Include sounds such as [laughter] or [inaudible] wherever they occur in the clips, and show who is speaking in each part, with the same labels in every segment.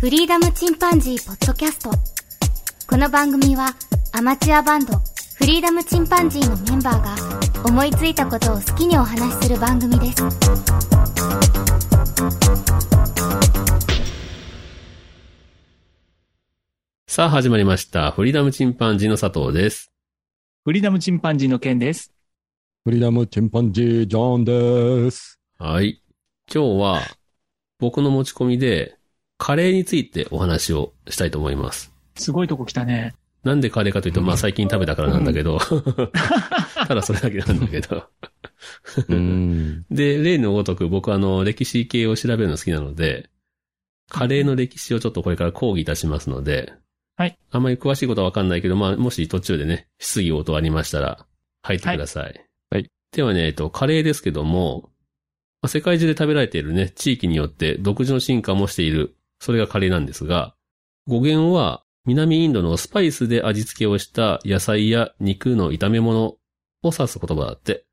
Speaker 1: フリーダムチンパンジーポッドキャスト。この番組はアマチュアバンドフリーダムチンパンジーのメンバーが思いついたことを好きにお話しする番組です。
Speaker 2: さあ始まりました。フリーダムチンパンジーの佐藤です。
Speaker 3: フリーダムチンパンジーの件です。
Speaker 4: フリーダムチンパンジー・ジョンです。
Speaker 2: はい。今日は僕の持ち込みでカレーについてお話をしたいと思います。
Speaker 3: すごいとこ来たね。
Speaker 2: なんでカレーかというと、まあ最近食べたからなんだけど。ただそれだけなんだけど。
Speaker 4: うん。
Speaker 2: で、例のごとく僕あの歴史系を調べるの好きなので、カレーの歴史をちょっとこれから講義いたしますので、
Speaker 3: はい。
Speaker 2: あんまり詳しいことはわかんないけど、まあもし途中でね、質疑応答ありましたら、入ってください。
Speaker 4: はい。
Speaker 2: ではね、えっと、カレーですけども、まあ世界中で食べられているね、地域によって独自の進化もしている、それがカレーなんですが、語源は南インドのスパイスで味付けをした野菜や肉の炒め物を指す言葉だって。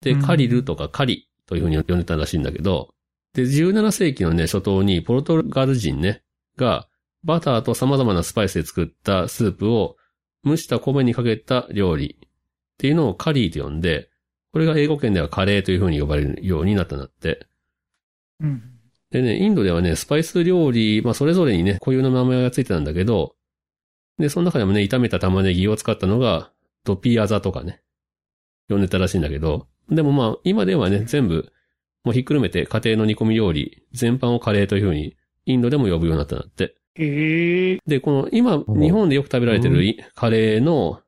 Speaker 2: で、
Speaker 3: うん
Speaker 2: カリルとかカリというふうに呼んでたらしいんだけど、で、17世紀のね、初頭にポルトガル人ね、がバターと様々なスパイスで作ったスープを蒸した米にかけた料理っていうのをカリーと呼んで、これが英語圏ではカレーというふうに呼ばれるようになったんだって。
Speaker 3: うん。
Speaker 2: でね、インドではね、スパイス料理、まあそれぞれにね、固有の名前がついてたんだけど、で、その中でもね、炒めた玉ねぎを使ったのが、ドピアザとかね、呼んでたらしいんだけど、でもまあ、今ではね、全部、もうひっくるめて家庭の煮込み料理、全般をカレーというふうに、インドでも呼ぶようになったんだって。
Speaker 3: へえ。
Speaker 2: で、この今、
Speaker 4: お
Speaker 2: 日本でよく食べられてるいカレーの、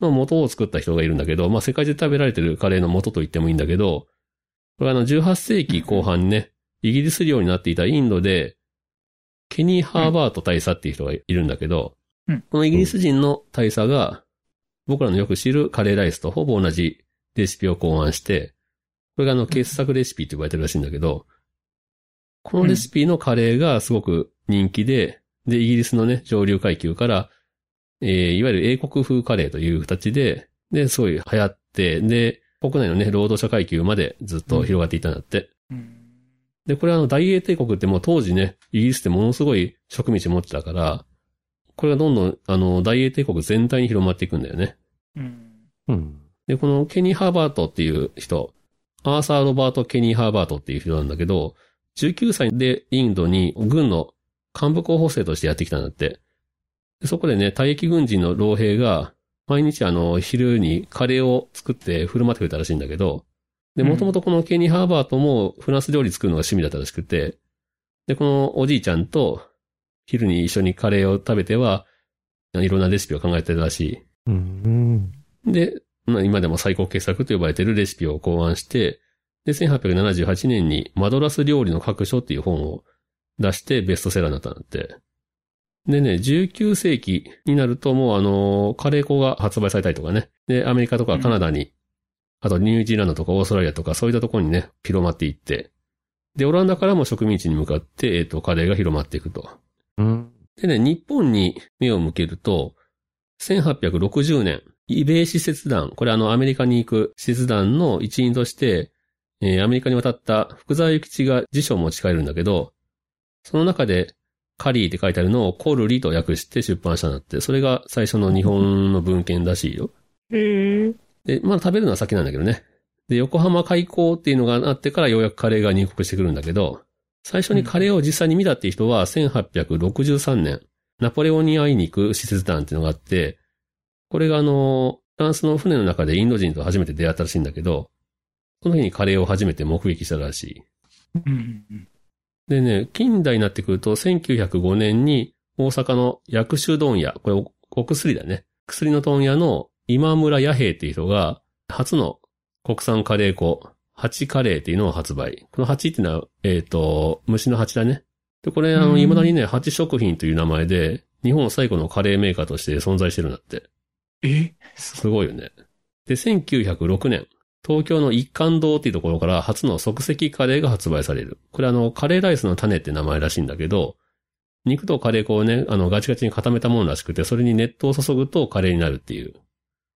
Speaker 2: の元を作った人がいるんだけど、まあ、世界中で食べられてるカレーの元と言ってもいいんだけど、これはあの、18世紀後半にね、イギリス領になっていたインドで、ケニー・ハーバート大佐っていう人がいるんだけど、
Speaker 3: うん
Speaker 2: このイギリス人の大佐が、僕らのよく知るカレーライスとほぼ同じレシピを考案して、これがあの、傑作レシピと呼ばれてるらしいんだけど、このレシピのカレーがすごく人気で、で、イギリスのね、上流階級から、えー、いわゆる英国風カレーという形で、で、すごい流行って、で、国内のね、労働者階級までずっと広がっていったんだって。
Speaker 3: うん。
Speaker 2: で、これはあの、大英帝国ってもう当時ね、イギリスってものすごい植民地持ってたから、これがどんどん、あの、大英帝国全体に広まっていくんだよね。
Speaker 3: うん。
Speaker 4: うん。
Speaker 2: で、このケニー・ハーバートっていう人、アーサー・ロバート・ケニー・ハーバートっていう人なんだけど、19歳でインドに軍の幹部候補生としてやってきたんだって。でそこでね、退役軍人の老兵が、毎日あの、昼にカレーを作って振る舞ってくれたらしいんだけど、で、
Speaker 3: うん
Speaker 2: もともとこのケニー・ハーバートもフランス料理作るのが趣味だったらしくて、で、このおじいちゃんと昼に一緒にカレーを食べては、いろんなレシピを考えてたらしい。
Speaker 4: うん。
Speaker 2: で、まあ、今でも最高傑作と呼ばれているレシピを考案して、で、1878年にマドラス料理の各所っていう本を出してベストセラーになったんだって。でね、19世紀になるともうあのーカレー粉が発売されたりとかね。で、アメリカとかカナダに、あとニュージーランドとかオーストラリアとかそういったところにね、広まっていって。で、オランダからも植民地に向かって、えっ、と、カレーが広まっていくと。
Speaker 4: うん。
Speaker 2: でね、日本に目を向けると、1860年、イベイ使節団、これあのアメリカに行く使節団の一員として、えーアメリカに渡った福沢諭吉が辞書を持ち帰るんだけど、その中でカリーって書いてあるのをコルリと訳して出版したんだって、それが最初の日本の文献らしいよ。
Speaker 3: へえ。
Speaker 2: で、まだ食べるのは先なんだけどね。で、横浜開港っていうのがあってからようやくカレーが入国してくるんだけど、最初にカレーを実際に見たっていう人は1863年、ナポレオンに会いに行く施設団っていうのがあって、これがあの、フランスの船の中でインド人と初めて出会ったらしいんだけど、その日にカレーを初めて目撃したらしい。
Speaker 3: うん。
Speaker 2: でね、近代になってくると、1905年に大阪の薬種問屋、これおお薬だね。薬の問屋の今村弥平っていう人が、初の国産カレー粉、蜂カレーっていうのを発売。この蜂っていうのは、えっ、と、虫の蜂だね。で、これ、あ
Speaker 3: う
Speaker 2: の、
Speaker 3: ん
Speaker 2: 未だにね、蜂食品という名前で、日本最古のカレーメーカーとして存在してるんだって。
Speaker 3: え
Speaker 2: すごいよね。で、1906年、東京の一貫堂っていうところから初の即席カレーが発売される。これあの、カレーライスの種って名前らしいんだけど、肉とカレー粉をね、あの、ガチガチに固めたものらしくて、それに熱湯を注ぐとカレーになるっていう。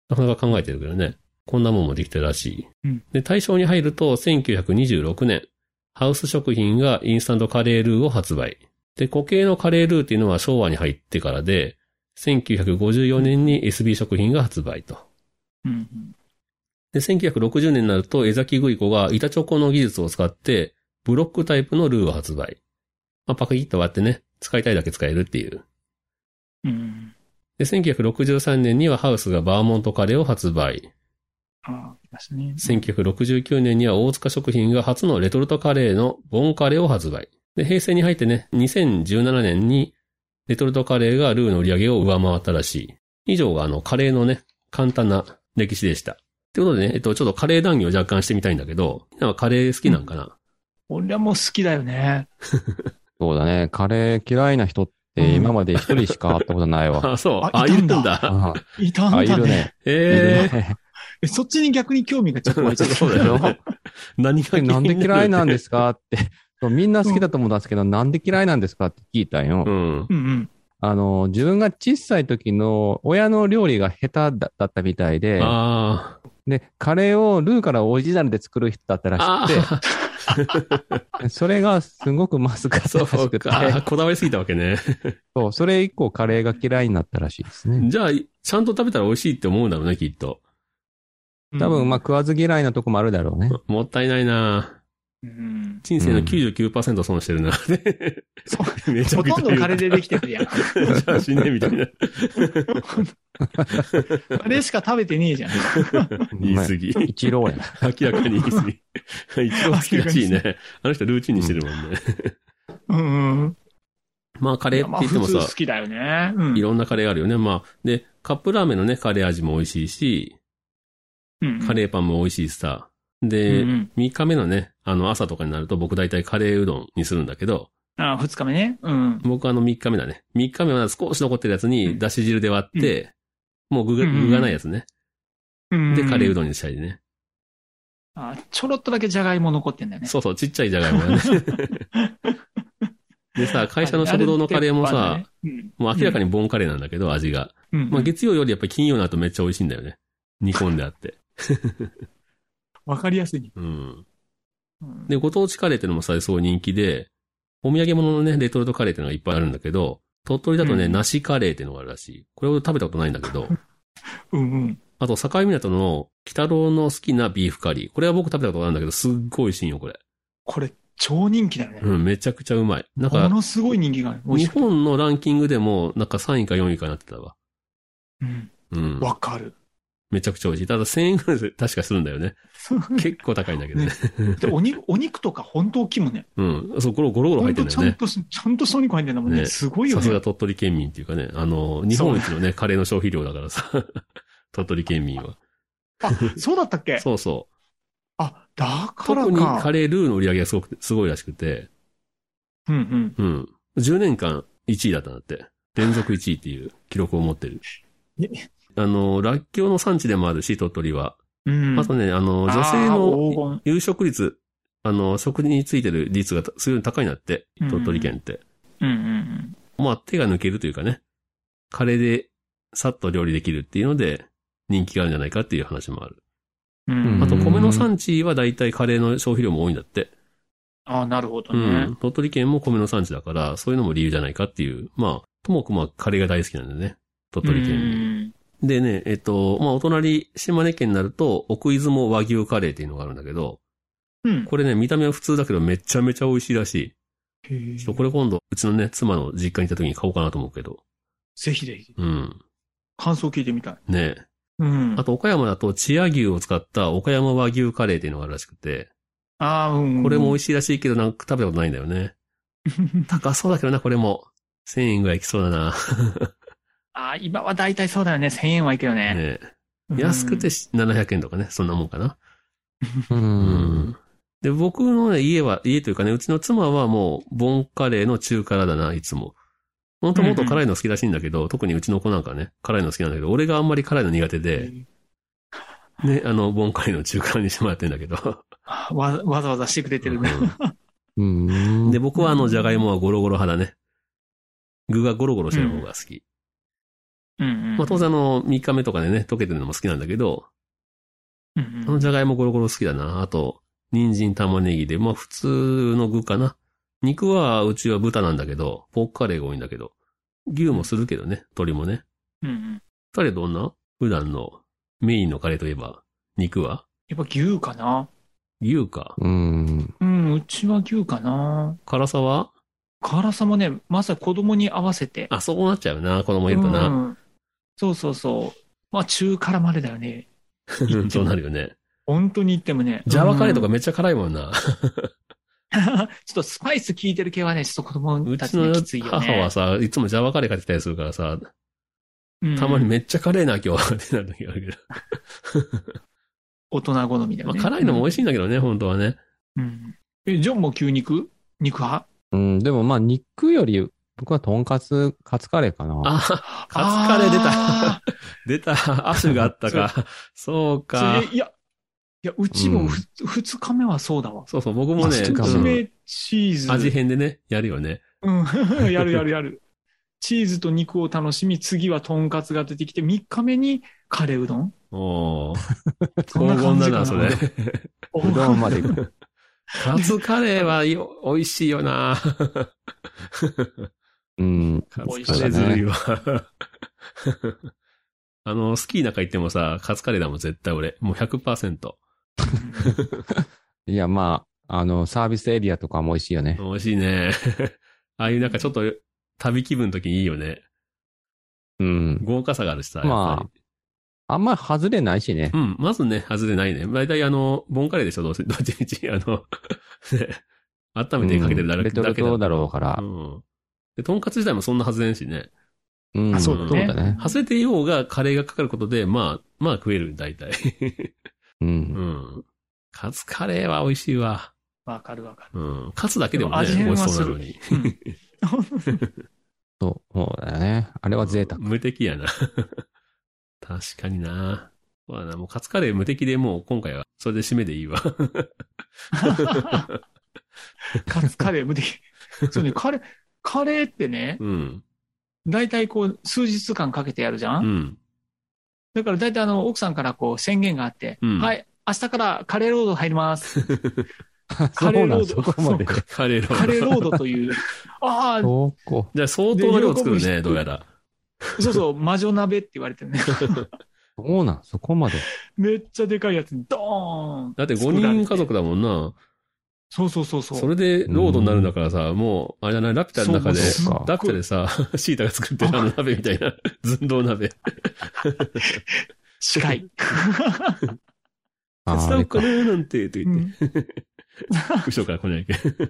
Speaker 2: なかなか考えてるけどね。こんなもんもできてるらしい。
Speaker 3: うん
Speaker 2: で、対象に入ると、1926年、ハウス食品がインスタントカレールーを発売。で、固形のカレールーっていうのは昭和に入ってからで、1954年に SB 食品が発売と。
Speaker 3: うん。
Speaker 2: で、1960年になると江崎グイコが板チョコの技術を使って、ブロックタイプのルーを発売。まあ、パクリッと割ってね、使いたいだけ使えるっていう。
Speaker 3: うん。
Speaker 2: で、1963年にはハウスがバーモントカレーを発売。
Speaker 3: ああ、来ましたね。
Speaker 2: 1969年には大塚食品が初のレトルトカレーのボンカレーを発売。で、平成に入ってね、2017年にレトルトカレーがルーの売り上げを上回ったらしい。以上があの、カレーのね、簡単な歴史でした。ってことでね、えっと、ちょっとカレー談義を若干してみたいんだけど、みんなはカレー好きなんかな、
Speaker 3: 俺はもう好きだよね。
Speaker 5: そうだね。カレー嫌いな人っ
Speaker 3: うん
Speaker 5: て今まで一人しか会ったことないわ。 [laughs]
Speaker 2: あ、そう。あ、
Speaker 3: あ
Speaker 2: い
Speaker 3: い
Speaker 2: る
Speaker 3: た
Speaker 2: ん
Speaker 3: んだ
Speaker 2: だ。
Speaker 5: あ、
Speaker 3: いたん
Speaker 5: あい
Speaker 3: だ
Speaker 5: る
Speaker 3: ね。
Speaker 5: ね。い
Speaker 2: え
Speaker 5: る
Speaker 2: え
Speaker 5: ね。
Speaker 3: えそっちに逆に興味がちょっと湧いちゃった。
Speaker 2: そうだよね。何が
Speaker 5: え
Speaker 2: 気にな
Speaker 5: な
Speaker 2: る
Speaker 5: んで嫌いなんですかって。そうみんな好きだと思うんですけど、なんで嫌いなんですかって聞いたんよ。
Speaker 2: うん。
Speaker 3: うんうん。
Speaker 5: あの、自分が小さい時の親の料理が下手だだったみたいで、
Speaker 2: あ
Speaker 5: で、カレーをルーからオリジナルで作る人だった
Speaker 2: あ。あ
Speaker 5: らし
Speaker 2: あ。
Speaker 5: くて、それがすごくまずかった
Speaker 2: そ
Speaker 5: らし
Speaker 2: う
Speaker 5: くて、
Speaker 2: か。こだわりすぎたわけね。
Speaker 5: そう、それ以降カレーが嫌いになったらしいですね。
Speaker 2: じゃあ、ちゃんと食べたら美味しいって思うんだろうね、きっと。
Speaker 5: 多分、まあ
Speaker 3: あ、
Speaker 5: 食わず嫌いなとこもあるだろうね。
Speaker 2: もったいないな
Speaker 3: うん。
Speaker 2: 人生の
Speaker 5: うん
Speaker 2: 99%損してるな。
Speaker 3: そ
Speaker 2: [laughs] めちゃ
Speaker 3: ほ
Speaker 2: くちゃ
Speaker 3: とんどカレーでできて
Speaker 2: [laughs]
Speaker 3: るやん。カ
Speaker 2: 言うじゃあ死ね、みたいな。
Speaker 3: レーしか食べてねえじゃん。
Speaker 2: [laughs] 言い過ぎ。
Speaker 5: 一郎やな。
Speaker 2: 明らかに言い過ぎ。一応好きらしいね。あの人ルーチンにしてるもんね。
Speaker 3: うんうん。
Speaker 2: まあ、カレー
Speaker 3: ま
Speaker 2: っ
Speaker 3: あ
Speaker 2: て言っても
Speaker 3: 普通好
Speaker 2: さ、
Speaker 3: きだよね。うん
Speaker 2: いろんなカレーあるよね。まあ、で、カップラーメンのね、カレー味も美味しいし、
Speaker 3: うん
Speaker 2: カレーパンも美味しいしさ。
Speaker 3: うん
Speaker 2: で、
Speaker 3: うん
Speaker 2: 3日目のね、あの朝とかになると僕大体カレーうどんにするんだけど、
Speaker 3: ああ、二日目ね。うん。
Speaker 2: 僕あの3日目だね。3日目はまだ少し残ってるやつ
Speaker 3: う
Speaker 2: に
Speaker 3: ん
Speaker 2: だし汁で割って、もう具が
Speaker 3: うん
Speaker 2: 具がないやつね。
Speaker 3: うん
Speaker 2: で、カレーう
Speaker 3: ど
Speaker 2: ど
Speaker 3: ん。
Speaker 2: んにしたりね。
Speaker 3: ああちょろっとだけじゃがいも残ってんだよね。
Speaker 2: そうそう、ちっちゃいじゃがいもがね。でさ、会社の食堂のカレーも
Speaker 3: あれ
Speaker 2: さ、、
Speaker 3: うん
Speaker 2: もう明らかにボンカレーなんだけど、味が。
Speaker 3: うん
Speaker 2: まあ月曜よりやっぱり金曜の後めっちゃ美味しいんだよね。煮込んであって。
Speaker 3: わかりやすい。
Speaker 2: うん。
Speaker 3: うん
Speaker 2: で、ご当地カレーってのもさ、すごい人気で、お土産物のね、レトルトカレーってのがいっぱいあるんだけど、鳥取だとね、
Speaker 3: うん
Speaker 2: 梨カレーってのがあるらしい。これを食べたことないんだけど、
Speaker 3: うんうん。
Speaker 2: あと、境港の北郎の好きなビーフカリー。これは僕食べたことあるんだけど、すっごい美味しいよ、これ。
Speaker 3: これ、超人気だよね。
Speaker 2: うん、めちゃくちゃうまい。なん
Speaker 3: も
Speaker 2: か、
Speaker 3: のすごい人気がある。美味
Speaker 2: 日
Speaker 3: しくて
Speaker 2: 本のランキングでも、なんか3位か4位かになってたわ。
Speaker 3: うん。
Speaker 2: うん。
Speaker 3: わかる。
Speaker 2: めちゃくちゃ美味しい。ただ1000円ぐらいで [laughs] 確かするんだよね。結構高いんだけどね。
Speaker 3: [laughs] でお肉お肉とか本当大きいもんね。
Speaker 2: うん。そう、ゴロゴロゴロ
Speaker 3: ほ
Speaker 2: 入っ
Speaker 3: ん
Speaker 2: て
Speaker 3: と
Speaker 2: んだ
Speaker 3: ち
Speaker 2: よ
Speaker 3: ゃん
Speaker 2: ね。
Speaker 3: と、ちゃんとそう肉入ってんだもん
Speaker 2: ね
Speaker 3: ね。すごいよ
Speaker 2: さすが
Speaker 3: ね。
Speaker 2: 鳥取県民っていうかね、あの、日本一のね、カレーの消費量だからさ、 [laughs] 鳥取県民は。
Speaker 3: あ、そうだったっけ
Speaker 2: そうそう。
Speaker 3: あ、だから
Speaker 2: 特に
Speaker 3: か。
Speaker 2: カレールーの売り上げがすごく、すごいらしくて、
Speaker 3: うんうん。
Speaker 2: うん。10年間1位だったんだって。連続1位っていう記録を持ってる
Speaker 3: え。
Speaker 2: あの、らっきょうの産地でもあるし、鳥取は。
Speaker 3: うん。
Speaker 2: あとね、あの、
Speaker 3: あー
Speaker 2: 女性の
Speaker 3: 黄
Speaker 2: 夕食率、あの、食事についてる率がすごい高いなって
Speaker 3: う、ん
Speaker 2: 鳥取県って。
Speaker 3: 金。うんうん
Speaker 2: まあ、手が抜けるというかね、カレーでさっと料理できるっていうので、人気があるんじゃないかっていう話もある。
Speaker 3: うん。うん。
Speaker 2: あと、
Speaker 5: こ
Speaker 2: 米の産地は大体カレーの消費量も多いんだって。
Speaker 3: あなるほど
Speaker 2: う
Speaker 3: ね
Speaker 2: ん。。鳥取県も米の産地だから、そういうのも理由じゃないかっていう。まあ、ともくまカレーが大好きなんだよね。鳥取県民。でね、えっと、まあ、お隣、島根県になると、奥出雲和牛カレーっていうのがあるんだけど、
Speaker 3: うん。
Speaker 2: これね、見た目は普通だけどめちゃめちゃ美味しいらしい。
Speaker 3: へー
Speaker 2: ちょっとこれ今度、うちのね、妻の実家に行った時に買おうかなと思うけど。
Speaker 3: ぜひぜひ。
Speaker 2: うん。
Speaker 3: 感想聞いてみたい。
Speaker 2: ねえ
Speaker 3: うん。
Speaker 2: あと、岡山だと、千屋牛を使った岡山和牛カレーっていうのがあるらしくて、
Speaker 3: あーうん。
Speaker 2: これも美
Speaker 3: 美
Speaker 2: 味しいらしいけど、なんか食べたことないんだよね。
Speaker 3: 味しい。
Speaker 2: 高そうだけどな、これも。1000円ぐらいいきそうだな。
Speaker 3: [laughs] あー今は大体そうだよね。1000円はいくよ
Speaker 2: ね
Speaker 3: ね。
Speaker 2: え安くてし700円とかね、そんなもんかな。
Speaker 5: う。。
Speaker 2: うんで、僕のね、家は、家というかね、うちの妻はもう、ボンカレーの中辛だな、いつも。本当もっと辛いの好きらしいんだけど、特にうちの子なんかね、辛いの好きなんだけど、俺があんまり辛いの苦手で、
Speaker 3: で。
Speaker 2: ね、あの、ボンカレーの中辛にしてもらってんだけど。
Speaker 3: あーわわざわざしてくれてるね。
Speaker 5: うん。
Speaker 2: で、僕はあの、じゃがいもはゴロゴロ派だね。具がゴロゴロしてる方が好き。
Speaker 3: うんうん。
Speaker 2: まあ当然あの、3日目とかでね、溶けてるのも好きなんだけど、
Speaker 3: うん
Speaker 2: あ
Speaker 3: う
Speaker 2: の
Speaker 3: ん。
Speaker 2: じゃがいもゴロゴロ好きだな。あと、人参玉ねぎで、まあ普通の具かな。肉はうちは豚なんだけど、ポークカレーが多いんだけど、牛もするけどね、鶏もね。
Speaker 3: うんうん。
Speaker 2: 彼どんな普段のメインのカレーといえば、肉は
Speaker 3: やっぱ牛かな
Speaker 2: 牛か。
Speaker 5: うん。
Speaker 3: うん、うちは牛かな
Speaker 2: 辛さは
Speaker 3: 辛さもね、まさに子供に合わせて。
Speaker 2: あ、そうなっちゃうな、子供いると
Speaker 3: う
Speaker 2: な。
Speaker 3: んそうそうそう。まあ中辛までだ
Speaker 2: [laughs]
Speaker 3: よね。
Speaker 2: そうなるよね。
Speaker 3: 本当に言ってもね。
Speaker 2: ジャワカレーとか
Speaker 3: うん
Speaker 2: めっちゃ辛いもんな。
Speaker 3: [laughs] ちょっとスパイス効いてる系はね、ちょっと子供
Speaker 2: う
Speaker 3: た
Speaker 2: ち
Speaker 3: ちに
Speaker 2: の
Speaker 3: きついよね。
Speaker 2: 母はさ、いつもジャワカレー買ってきたりするからさ、
Speaker 3: うん
Speaker 2: たまにめっちゃ辛いな、今日はってなる時があるけど。
Speaker 3: 大人好みだよ
Speaker 2: まあ
Speaker 3: ね。
Speaker 2: 辛いのも美味しいんだけどね、本当はね。
Speaker 3: うん。え、ジョンも牛肉肉派
Speaker 5: うん、でもまあ、肉より、僕はとんかつ、カツカレーかな。
Speaker 2: あ、カツカレー出た。
Speaker 3: あ
Speaker 2: 出た。アシュがあった
Speaker 3: [laughs]
Speaker 2: か。そう
Speaker 3: ー。
Speaker 2: か
Speaker 3: そ。れいや、いや、うちもふ、
Speaker 5: う
Speaker 3: 二日目はそうだわ。
Speaker 2: そうそう、僕もね、
Speaker 5: 確か
Speaker 2: う
Speaker 3: 二
Speaker 5: に
Speaker 3: 日
Speaker 2: ん
Speaker 3: 目、チーズ。
Speaker 2: 味変でね、やるよね。
Speaker 3: うん、 [laughs] やるやるやる。チーズと肉を楽しみ、次はとんかつが出てきて、3日目にカレーうどん
Speaker 2: おー。
Speaker 3: [laughs] そんな
Speaker 2: 黄金
Speaker 3: 感
Speaker 2: だ
Speaker 3: じか
Speaker 2: な、
Speaker 3: な
Speaker 2: それ。
Speaker 3: [laughs]
Speaker 5: うどんまで行く。
Speaker 2: カツカレーはいよ美味しいよな。
Speaker 5: うん。
Speaker 2: カ
Speaker 3: 美
Speaker 2: ツカ
Speaker 3: 味し
Speaker 2: レー
Speaker 3: い
Speaker 2: ずるいわ。 [laughs] あの、スキーなんか行ってもさ、カツカレーだもん、絶対俺。もう100%。
Speaker 5: いや、まあ、あの、サービスエリアとかも美味しいよね。
Speaker 2: 美味しいね。 [laughs] ああいうなんかちょっと旅気分の時にいいよね。
Speaker 5: うん。
Speaker 2: 豪華さがあるしさ。
Speaker 5: まあ
Speaker 2: やっぱり
Speaker 5: あんま外れないしね。
Speaker 2: うん、まずね、外れないね。大体あの、ボンカレーでしょ、どうせ、どっちみち、あの、ね温めてかけてるだ
Speaker 5: うん
Speaker 2: け
Speaker 5: レトル
Speaker 2: だけ
Speaker 5: トだ
Speaker 2: だ
Speaker 5: ろうから
Speaker 2: う。ん。で、とんかつ自体もそんな外れんしね。
Speaker 5: うん。
Speaker 3: あそう
Speaker 2: だね
Speaker 5: だね。
Speaker 2: 外れていようがカレーがかかることで、まあ、まあ食える、大体。 [laughs]
Speaker 5: う。
Speaker 2: うんん。カツカレーは美味しいわ。
Speaker 3: [laughs] わかるわか
Speaker 2: うん。カツだけでもね、
Speaker 3: でも味変
Speaker 2: 美
Speaker 3: は
Speaker 2: 味しそうなのに。
Speaker 3: る。うん
Speaker 5: そう、そうだよね。あれは贅沢。
Speaker 2: 無敵やな。 [laughs] 確かにな。そうだな、もうカツカレー無敵でもう今回はそれで締めでいいわ。
Speaker 3: カツカレー無敵。 [laughs] そうね、カレー、カレーってね、
Speaker 2: うん。
Speaker 3: 大体こう、数日間かけてやるじゃ、
Speaker 2: うんん。
Speaker 3: だから大体あの、奥さんからこう、宣言があって、
Speaker 2: うん
Speaker 3: はい、明日からカレーロード入ります。
Speaker 5: そ
Speaker 3: カレ
Speaker 5: う
Speaker 3: ーロ
Speaker 5: なん、
Speaker 3: ー
Speaker 5: そ
Speaker 3: ド。
Speaker 5: こまで。
Speaker 3: そう
Speaker 2: カレーロ
Speaker 3: カ
Speaker 2: ー
Speaker 3: レー
Speaker 2: ド。
Speaker 3: ロードという、 [laughs] ああ、
Speaker 5: そこ。
Speaker 2: じゃあ相当な量作る
Speaker 3: で喜ぶ
Speaker 2: ね、
Speaker 3: 人
Speaker 2: どうや
Speaker 3: [laughs]
Speaker 2: ら。
Speaker 3: そうそう、魔女鍋って言われ [laughs] てるね。
Speaker 5: そうなん、そこまで。
Speaker 3: めっちゃでかいやつにドーン
Speaker 2: だって5人家族だもんな。
Speaker 3: そうそうそうそう。
Speaker 2: それでロードになるんだからさ、もう、あれだな、ラピュタの中で
Speaker 5: そうそうそう、
Speaker 2: ラピュタでさ、シータが作ってるあの鍋みたい
Speaker 3: [laughs]
Speaker 2: な、寸胴鍋。
Speaker 3: 近い。
Speaker 5: あーあれか。
Speaker 2: なーなんて、と
Speaker 3: う
Speaker 2: 言って、
Speaker 3: ん
Speaker 2: 後ろから来
Speaker 3: [laughs]
Speaker 2: ないけど。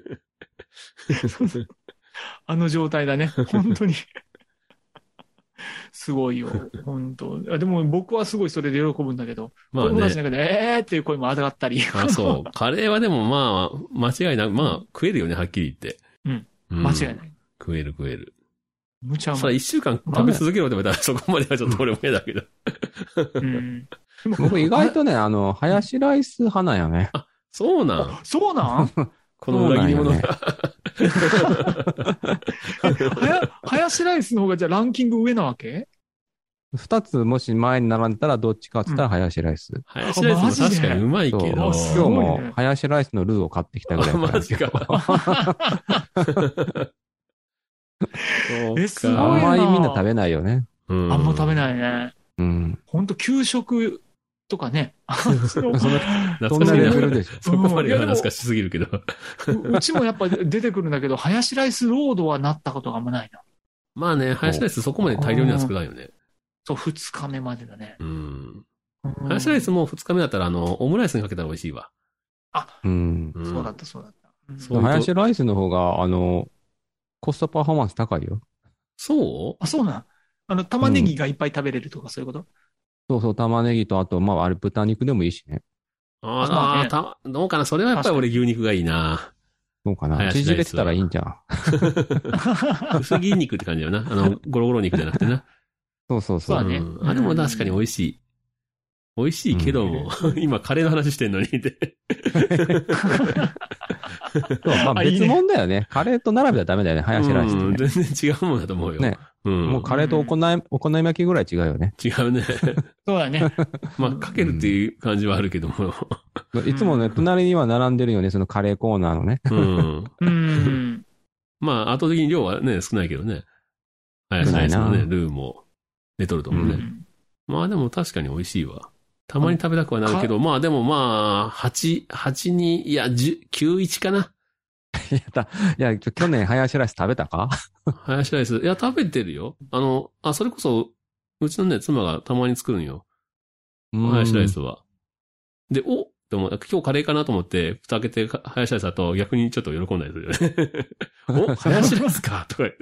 Speaker 3: あの状態だ
Speaker 5: [laughs]
Speaker 3: ね。本当に。すごいよ。本当。あでも僕はすごいそれで喜ぶんだけど、
Speaker 2: まあ
Speaker 3: 子供たち
Speaker 2: ね。
Speaker 3: の中で、えーっていう声も上がったり。
Speaker 2: あ、そう。カレーはでもまあ、間違いなく、まあ、食えるよね、はっきり言って。
Speaker 3: うん
Speaker 2: うん。
Speaker 3: 間違いない。
Speaker 2: 食える食える。
Speaker 3: 無茶
Speaker 2: そ
Speaker 3: も
Speaker 2: れ。一週間食べ続けろって言われたら、そこまではちょっと俺も嫌だけど。
Speaker 3: うん
Speaker 5: 僕意外とね、あの、ハヤシライス派なんよね。
Speaker 2: そうなん
Speaker 3: あそうなん
Speaker 2: この裏切り者
Speaker 5: そう
Speaker 2: が。
Speaker 3: はや、はやしライスの方がじゃあランキング上なわけ
Speaker 5: 二つもし前に並んでたらどっちかって言ったらハヤシライス。
Speaker 2: 林ライスも確かにうまい
Speaker 5: そう。
Speaker 2: け
Speaker 5: 今
Speaker 2: ど。
Speaker 5: 日
Speaker 3: ごいね
Speaker 5: もハヤシライスのルーを買ってきたぐら
Speaker 2: [laughs]
Speaker 5: いだから。
Speaker 2: マジか。そう
Speaker 3: えすごい
Speaker 5: あ
Speaker 2: か
Speaker 5: んまり
Speaker 3: な
Speaker 5: みんな食べないよね。
Speaker 2: うん
Speaker 3: あんま食べないね。
Speaker 5: うん。
Speaker 3: 本当給食とか
Speaker 2: [laughs]
Speaker 3: ね。あっち [laughs] の
Speaker 5: そ
Speaker 2: 懐
Speaker 5: ん
Speaker 2: かし
Speaker 5: な
Speaker 2: い
Speaker 5: レ
Speaker 2: な
Speaker 5: ベルでしょ。
Speaker 2: そこまでは
Speaker 3: うんいやでも
Speaker 2: 懐かしすぎるけど。 [laughs]
Speaker 3: ううちもやっぱ出てくるんだけど、ハヤシライスロードはなったことがあんまないな。
Speaker 2: まあね、林ライスそこまで大量には作らないよね。
Speaker 3: そう、二日目までだね。
Speaker 2: うん。
Speaker 3: うん
Speaker 2: 林ライスも二日目だったら、あの、オムライスにかけたら美味しいわ。
Speaker 5: うん。
Speaker 2: うん
Speaker 3: そうだった、そうだった。うん
Speaker 2: そう
Speaker 5: ハヤシライスの方が、あの、コストパフォーマンス高いよ。
Speaker 2: そう
Speaker 3: あ、そうなん。あの、玉ねぎがいっぱい食べれるとか、そういうこと
Speaker 5: そうそう、玉ねぎと、あと、まあ、あれ豚肉でもいいしね。
Speaker 2: ああ、
Speaker 3: そ
Speaker 2: た、どうかなそれはやっぱり俺牛肉がいいな。
Speaker 5: そうか
Speaker 2: ハヤ
Speaker 5: な。
Speaker 2: シライス
Speaker 5: 縮れてたらいいんじゃん。
Speaker 2: 薄切り肉って感じだよな。あの、ゴロゴロ肉じゃなくてな。
Speaker 5: そうそうそう。
Speaker 3: そうだね
Speaker 2: んあ、でも確かに美味しい。美味しいけども、 [laughs] 今カレーの話してんのにって。
Speaker 5: そうまあ、
Speaker 3: あいい
Speaker 2: [laughs]
Speaker 3: ね
Speaker 5: 別物だよね。カレーと並べたらダメだよね。ハヤシライス
Speaker 2: う
Speaker 5: と
Speaker 2: ん
Speaker 5: ね。
Speaker 2: 全然違うもんだと思うよ。
Speaker 5: ね。
Speaker 2: うん。
Speaker 5: もうカレーとお好み、お好み焼きぐらい違うよね。
Speaker 2: 違うね。
Speaker 3: そう
Speaker 2: [laughs]
Speaker 3: だね。
Speaker 2: まあ、かけるっていう感じはあるけども。
Speaker 5: いつもね、
Speaker 3: うん
Speaker 5: 隣には並んでるよね、そのカレーコーナーのね。
Speaker 2: うん。
Speaker 3: うん。
Speaker 2: まあ、圧倒的に量はね、少ないけどね。林さんのね、
Speaker 5: 少ない
Speaker 2: ルーもレトルトもね。まあでも確かに美味しいわ。たまに食べたくはなるけど、まあでもまあ、8、8に、いや、10 91かな。
Speaker 5: やった。いや、ちょ去年、ハヤシライス食べたか
Speaker 2: ハヤシライス。いや、食べてるよ。あの、あ、それこそ、うちのね、妻がたまに作るんよ。ハヤシライスは。で、おでも、今日カレーかなと思って、蓋開けてハヤシライスだと逆にちょっと喜んだりするよね。おハヤシライスかとか言っ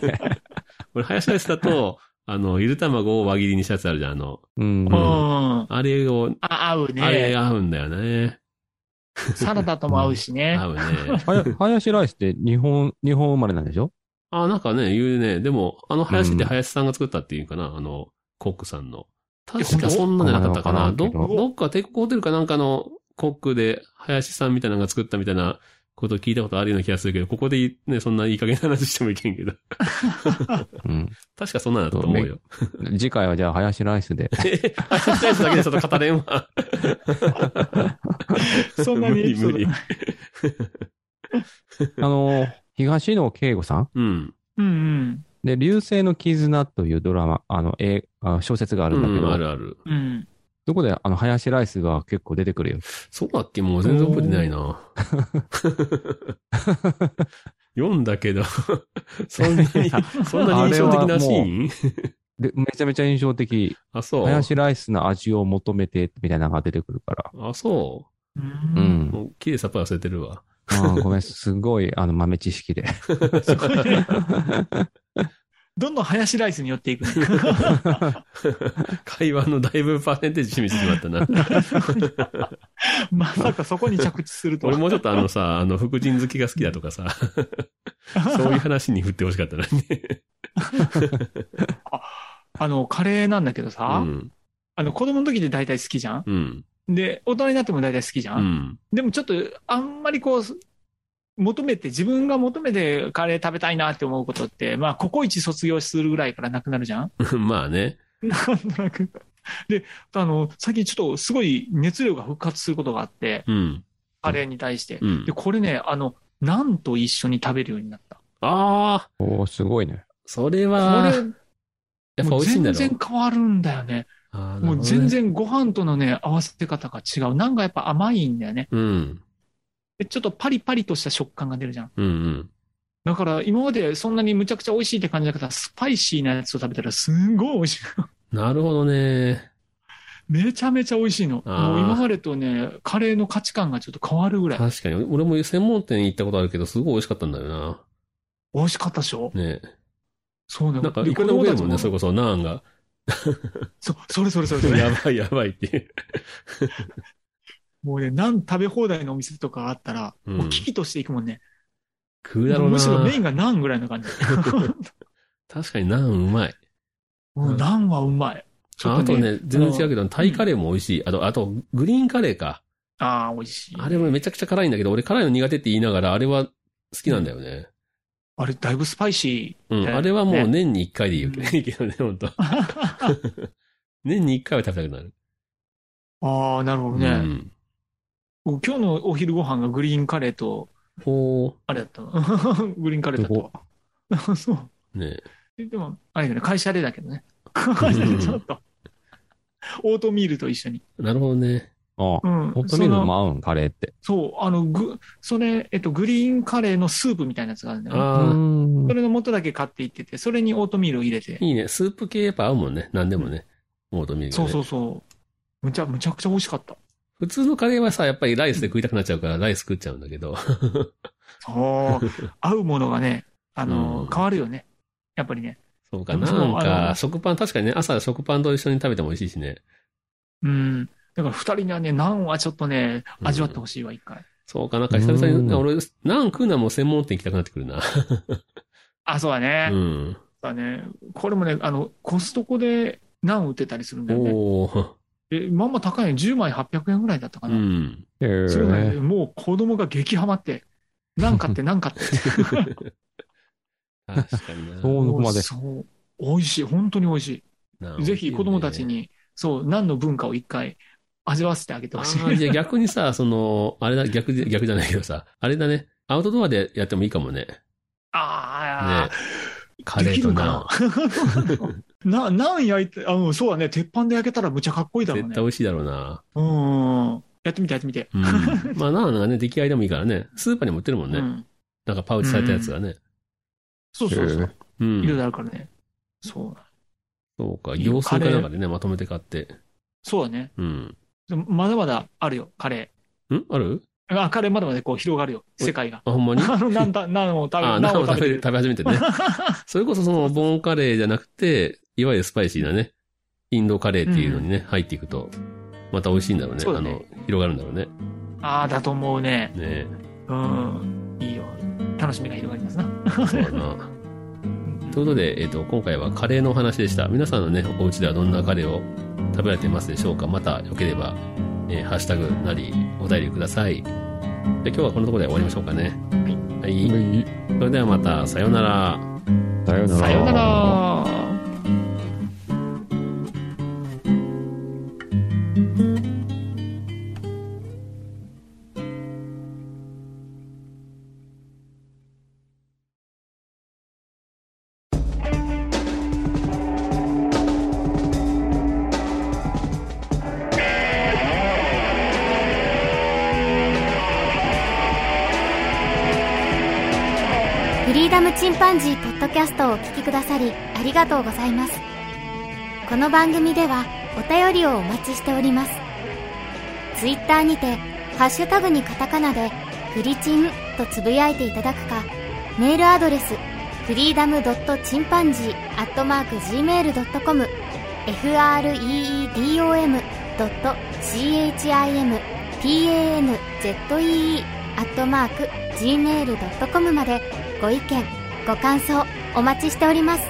Speaker 2: て。 [laughs] 俺、ハヤシライスだと、あの、ゆる卵を輪切りにしたやつあるじゃん。あの、
Speaker 5: うん。
Speaker 3: うん。
Speaker 5: うん
Speaker 3: あ、
Speaker 2: あれを、
Speaker 3: 合う
Speaker 2: あれ
Speaker 3: ね。
Speaker 2: 合うんだよね。
Speaker 3: サラダとも合うしね。
Speaker 2: 合うね。
Speaker 5: はやハヤシライスって日本、日本生まれなんでしょ
Speaker 2: あ、なんかね、言うね。でも、あの林って
Speaker 5: うん
Speaker 2: 林さんが作ったっていうかな、あの、コックさんの。
Speaker 3: え
Speaker 2: 確かそんなんじゃなかったかな。
Speaker 5: 本当
Speaker 2: ど、
Speaker 5: わからんけ
Speaker 3: ど
Speaker 2: どっか帝国ホテルかなんかのコックで林さんみたいなのが作ったみたいなことを聞いたことあるような気がするけど、ここでいね、そんないい加減な話してもいけんけど。
Speaker 5: うん。
Speaker 2: 確かそんなんだったと思うよ。
Speaker 5: 次回はじゃあ、ハヤシラ
Speaker 2: [laughs]
Speaker 5: イスで。
Speaker 2: え林だけでちょっと語れん
Speaker 5: [laughs]
Speaker 2: わ。
Speaker 3: そんなに
Speaker 2: 無理無理
Speaker 3: そ。
Speaker 5: あの、東野圭吾さん
Speaker 2: うん。
Speaker 3: うんうん。
Speaker 5: で、流星の絆というドラマ、あの、えあ小説があ
Speaker 2: あ
Speaker 5: るんだけど、
Speaker 2: あるある。
Speaker 3: うん。。
Speaker 5: そこで、あの、ハヤシライスが結構出てくるよ。
Speaker 2: そうだっけもう全然覚えてない
Speaker 5: [laughs]
Speaker 2: な。読んだけど、 [laughs] そんなに、そんなに印象的なシーン
Speaker 5: で、めちゃめちゃ印象的。
Speaker 2: あ、そう。
Speaker 5: ハヤシライスの味を求めて、みたいなのが出てくるから。
Speaker 2: あ、そう
Speaker 5: うんん
Speaker 2: う。。もう、綺麗さっぱり忘れてるわ。 [laughs]
Speaker 5: あーごめん、すごい、あの、豆知識で。
Speaker 3: すごいねどんどんハヤシライスに寄っていくね。 [laughs]
Speaker 2: 会話のだいぶパーセンテージ占めてしまった
Speaker 3: [laughs]
Speaker 2: な。
Speaker 3: まさかそこに着地するとは。
Speaker 2: 俺もうちょっとあのさ、あの、福神好きが好きだとか
Speaker 3: [laughs]
Speaker 2: さ、そういう話に振ってほしかったな、ね。
Speaker 3: あの、カレーなんだけど
Speaker 2: う
Speaker 3: さ、
Speaker 2: ん。
Speaker 3: [laughs] あの、子供の時で大体好きじゃん
Speaker 2: うん。
Speaker 3: で、大人になっても大体好きじゃ、
Speaker 2: うんん。
Speaker 3: でもちょっと、あんまりこう、求めて、自分が求めてカレー食べたいなって思うことって、まあ、ココイチ卒業するぐらいからなくなる
Speaker 2: [laughs]
Speaker 3: じゃん
Speaker 2: まあね。
Speaker 3: なんとなく。で、あの、最近ちょっとすごい熱量が復活することがあって、
Speaker 2: うん。
Speaker 3: カレーに対して
Speaker 2: う。ん
Speaker 3: で、。これね、あの、ナンと一緒に食べるようになった。
Speaker 2: ああ、
Speaker 5: [laughs] おーすごいね。
Speaker 2: それ
Speaker 3: こ
Speaker 2: は、や
Speaker 3: れ、
Speaker 2: っぱ美
Speaker 3: もう
Speaker 2: 味しいんだ
Speaker 3: 全
Speaker 2: ろ
Speaker 3: 然変わるんだよね。
Speaker 2: あーなる
Speaker 3: も
Speaker 2: ほどね
Speaker 3: う全。然ご飯とのね、合わせ方が違う。なんかやっぱ甘いんだよね。
Speaker 2: うん。
Speaker 3: でちょっとパリパリとした食感が出るじゃん。
Speaker 2: うんうん。
Speaker 3: だから今までそんなにむちゃくちゃ美味しいって感じだから、スパイシーなやつを食べたらすんごい美味しい。 [laughs]
Speaker 2: なるほどね。
Speaker 3: めちゃめちゃ美味しいの。もう
Speaker 2: あー
Speaker 3: 今までとね、カレーの価値観がちょっと変わるぐらい。
Speaker 2: 確かに。俺も専門店行ったことあるけど、すごい美味しかったんだよな。
Speaker 3: 美味しかったでしょ
Speaker 2: ねえ
Speaker 3: そうね。
Speaker 2: なんか、
Speaker 3: で
Speaker 2: いくらでも食えるもんね、そ
Speaker 3: 子供たち
Speaker 2: れこそ、ナーンが。
Speaker 3: そうそれそれそれそれ。
Speaker 2: やばいやばいっていう。
Speaker 3: もうね、なん食べ放題のお店とかあったら、
Speaker 2: うん
Speaker 3: もう危機としていくもんね。
Speaker 2: 食うだろう
Speaker 3: むしろ
Speaker 2: な
Speaker 3: メイ。ンがナンぐらいの
Speaker 2: [laughs]
Speaker 3: 感じ。
Speaker 2: 確かにナンうまい。
Speaker 3: もうナンはうまい。ちょ
Speaker 2: あ
Speaker 3: っ
Speaker 2: と
Speaker 3: とね。
Speaker 2: ね、全然違うけど、タイカレーも美味しい。あと、あと、グリーンカレーか。
Speaker 3: ああ、美味しい。
Speaker 2: あれもめちゃくちゃ辛いんだけど、俺辛いの苦手って言いながら、あれは好きなんだよね。
Speaker 3: あれ、だいぶスパイシ
Speaker 2: うん。
Speaker 3: ね
Speaker 2: あれはもう
Speaker 3: ね
Speaker 2: 年に一回でいいよ
Speaker 3: うん
Speaker 2: [laughs] いいけどね、ほん
Speaker 3: [laughs]
Speaker 2: と。
Speaker 3: ー。
Speaker 2: 年に一回は食べたくなる。
Speaker 3: ああ、なるほど
Speaker 2: う
Speaker 3: ね。
Speaker 2: ん。
Speaker 3: 今日のお昼ご飯がグリーンカレーと、
Speaker 2: ほ
Speaker 3: あれだったの [laughs] グリーンカレーだったわ。 [laughs] そう。
Speaker 2: う。ね
Speaker 3: でも、あれだね、会社でだけどね。
Speaker 2: ん
Speaker 3: [laughs] ちょっと。オートミールと一緒に。
Speaker 2: なるほどね。
Speaker 5: あ
Speaker 3: う
Speaker 5: あ。
Speaker 3: ん。
Speaker 5: ホットミルク
Speaker 3: その
Speaker 5: も合うん、カレーって。
Speaker 3: そう、あの、ぐ、それ、えっと、グリーンカレーのスープみたいなやつがあるんだよね。
Speaker 5: う
Speaker 2: あ
Speaker 5: ん
Speaker 3: それの素だけ買っていってて、それにオートミールを入れて
Speaker 2: あ、。いいね。スープ系やっぱ合うもんね。何でもね。オートミールが
Speaker 3: そ
Speaker 2: ね
Speaker 3: うそうそう。むちゃ、むちゃくちゃ美味しかった。
Speaker 2: 普通のカレーはさ、やっぱりライスで食いたくなっちゃうから、ライス食っちゃうんだけど。
Speaker 3: そう。合うものがね、あ
Speaker 2: うん
Speaker 3: の、変わるよね。やっぱりね。
Speaker 2: そうかな。
Speaker 3: そう
Speaker 2: なん
Speaker 3: あ
Speaker 2: か、
Speaker 3: の
Speaker 2: 食パン、確かにね、朝食パンと一緒に食べても美味しいしね。
Speaker 3: うん。だから二人にはね、ナンはちょっとね、
Speaker 2: うん
Speaker 3: 味わってほしいわ、一回。
Speaker 2: そうか、なんか久々
Speaker 5: う
Speaker 2: に、
Speaker 5: ん
Speaker 2: 俺、ナン食うのはもう専門店行きたくなってくるな。
Speaker 3: あ、そうだね。
Speaker 2: う。
Speaker 3: そうんだね。これもね、あの、コストコでナン売ってたりするんだよね。
Speaker 2: おー。
Speaker 3: え、まんま高いの10枚800円ぐらいだったか
Speaker 2: う
Speaker 3: な。
Speaker 2: ん。
Speaker 5: へー
Speaker 3: それがね、もう子供が激ハマって、ナン買ってナン買って。
Speaker 2: 確かにな。
Speaker 5: そう、ここまで。
Speaker 3: そう。美味しい。本当に美味し。
Speaker 2: ない
Speaker 3: ぜひ子供たち。
Speaker 2: いいね
Speaker 3: に、そう、何の文化を一回味わわせてあげて
Speaker 2: あ
Speaker 3: ほし
Speaker 2: ー
Speaker 3: い。
Speaker 2: じゃあ逆にさ、その、あれだ、逆で、逆じゃないけどさ、あれだね。アウトドアでやってもいいかもね。ね
Speaker 3: あ [laughs] あ、。
Speaker 2: カレーとナ
Speaker 3: できるかな。な、 [laughs] ナン焼いて、あの、そうだね。鉄板で焼けたらむちゃかっこいいだ
Speaker 2: ン。
Speaker 3: ろう
Speaker 2: 絶
Speaker 3: ね
Speaker 2: 対。美味しいだろうな。
Speaker 3: うんうん。やってみて、やってみて。
Speaker 2: うん。まあ、ナンがね、出来合いでもいいからね。スーパーにも売ってるもんね。
Speaker 3: うん。
Speaker 2: なんかパウチされたやつがね。
Speaker 3: そうそうそう。
Speaker 2: うん。
Speaker 3: いろいろあるからね。そう。
Speaker 2: そうか、業数かなんかでね、まとめて買って。
Speaker 3: そうだね。
Speaker 2: うん。
Speaker 3: でもまだまだあるよ、カレ
Speaker 2: んある
Speaker 3: ー。あ、カレーまだまだこう広がるよ、世界が。
Speaker 2: あ、ほんまに
Speaker 3: [laughs] あの、なんだ、なんを食べ、
Speaker 2: あ、
Speaker 3: ナ
Speaker 2: ナ
Speaker 3: ン
Speaker 2: ン
Speaker 3: を
Speaker 2: を
Speaker 3: 食
Speaker 2: 食べ
Speaker 3: べ
Speaker 2: る、[laughs]
Speaker 3: てる。
Speaker 2: 食べ始めて
Speaker 3: [laughs]
Speaker 2: ね。それこそその、ボーンカレーじゃなくて、いわゆるスパイシーなね、インドカレーっていうのにね、入っていくと、また美味しいんだろうね。
Speaker 3: そうだ
Speaker 2: あ
Speaker 3: ね
Speaker 2: の、広がるんだろうね。
Speaker 3: ああ、だと思うね。
Speaker 2: ね
Speaker 3: うん。いいよ。楽しみが広がりますな。
Speaker 2: え。そうだな。ということで、えっ、と、今回はカレーのお話でした。皆さんのね、お家ではどんなカレーを食べられてますでしょうかまた、よければ、えーハッシュタグなり、お便りください。で、今日はこのところで終わりましょうかね。はい。はい、それではまた、さようなら。
Speaker 5: さようなら。
Speaker 3: さようなら。
Speaker 1: フリーダムチンパンジーポッドキャストをお聞きくださりありがとうございますこの番組ではお便りをお待ちしておりますツイッターにて「ハッシュタグにカタカナ」で「フリチン」とつぶやいていただくかメールアドレスフリーダムドットチンパンジーアットマーク Gmail.com freedom ドット chimpanzee アットマーク gmail.com までご意見ご感想お待ちしております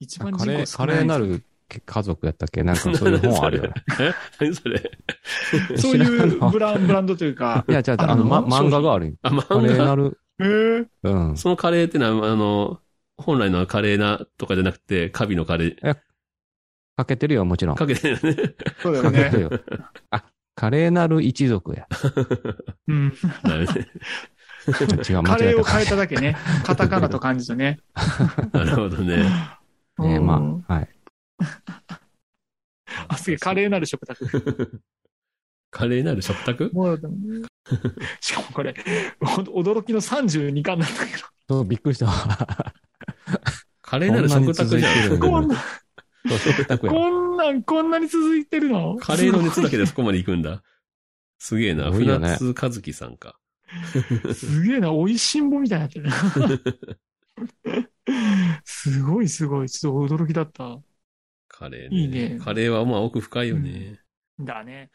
Speaker 3: 一
Speaker 5: あ
Speaker 3: 番
Speaker 5: カレ
Speaker 3: 人口
Speaker 5: ー、
Speaker 3: 少
Speaker 5: カレ
Speaker 3: ない
Speaker 5: ーなる家族やったっけ [laughs] なんかそういう本あるよね。
Speaker 2: え何それ
Speaker 3: そう
Speaker 5: 知らん
Speaker 3: いう
Speaker 5: の。
Speaker 3: ブランブランドというか
Speaker 5: [laughs] いや、違う違う、あの、ま、漫画があるよ。
Speaker 2: あ、
Speaker 5: カレ
Speaker 2: 漫
Speaker 5: ー
Speaker 2: 画
Speaker 5: なる。
Speaker 3: へー
Speaker 5: うん。
Speaker 2: そのカレーってのは、あの、本来のカレーなとかじゃなくて、カビのカレ
Speaker 5: かけてるよ、もちろ
Speaker 2: ー。
Speaker 5: ん。
Speaker 2: か
Speaker 5: か
Speaker 2: けてるよね。
Speaker 3: そうだよ
Speaker 5: け
Speaker 3: ね。
Speaker 5: てるよ。あ、カレーなる一族 [laughs] や。
Speaker 3: うん。
Speaker 2: だよね
Speaker 5: 違う、間
Speaker 3: カ
Speaker 5: 違
Speaker 3: レ
Speaker 5: え
Speaker 3: ーを
Speaker 5: た。
Speaker 3: 変えただけ
Speaker 5: [laughs]
Speaker 3: ね。カタカナと漢字とね。
Speaker 2: なるほどね。
Speaker 5: ね
Speaker 3: うん
Speaker 5: まあ、はい。
Speaker 3: あ、すげえ、カレーなる食卓。
Speaker 2: カレーなる食卓
Speaker 3: もう、しかもこれ、ほんと驚きの32巻なんだけ
Speaker 5: そう、びっくりしたわ。
Speaker 2: カレーなる食卓じゃ
Speaker 5: こんなに続いてる
Speaker 2: ん。
Speaker 3: ど、こんな、
Speaker 5: そう、食卓や。
Speaker 3: こんなん、こんなに続いてるの
Speaker 2: カレーの熱だけ
Speaker 3: で。
Speaker 2: でそこまで行くんだ。すげえな。
Speaker 5: すごいよ
Speaker 2: 船
Speaker 5: ね
Speaker 2: 津和樹さんか。
Speaker 3: すげえな、美味しんぼみたいになってる。
Speaker 2: [laughs]
Speaker 3: すごいすごい、ちょっと驚きだった。
Speaker 2: カレー
Speaker 3: いいね
Speaker 2: カレーはまあ奥深いよね。
Speaker 3: だね。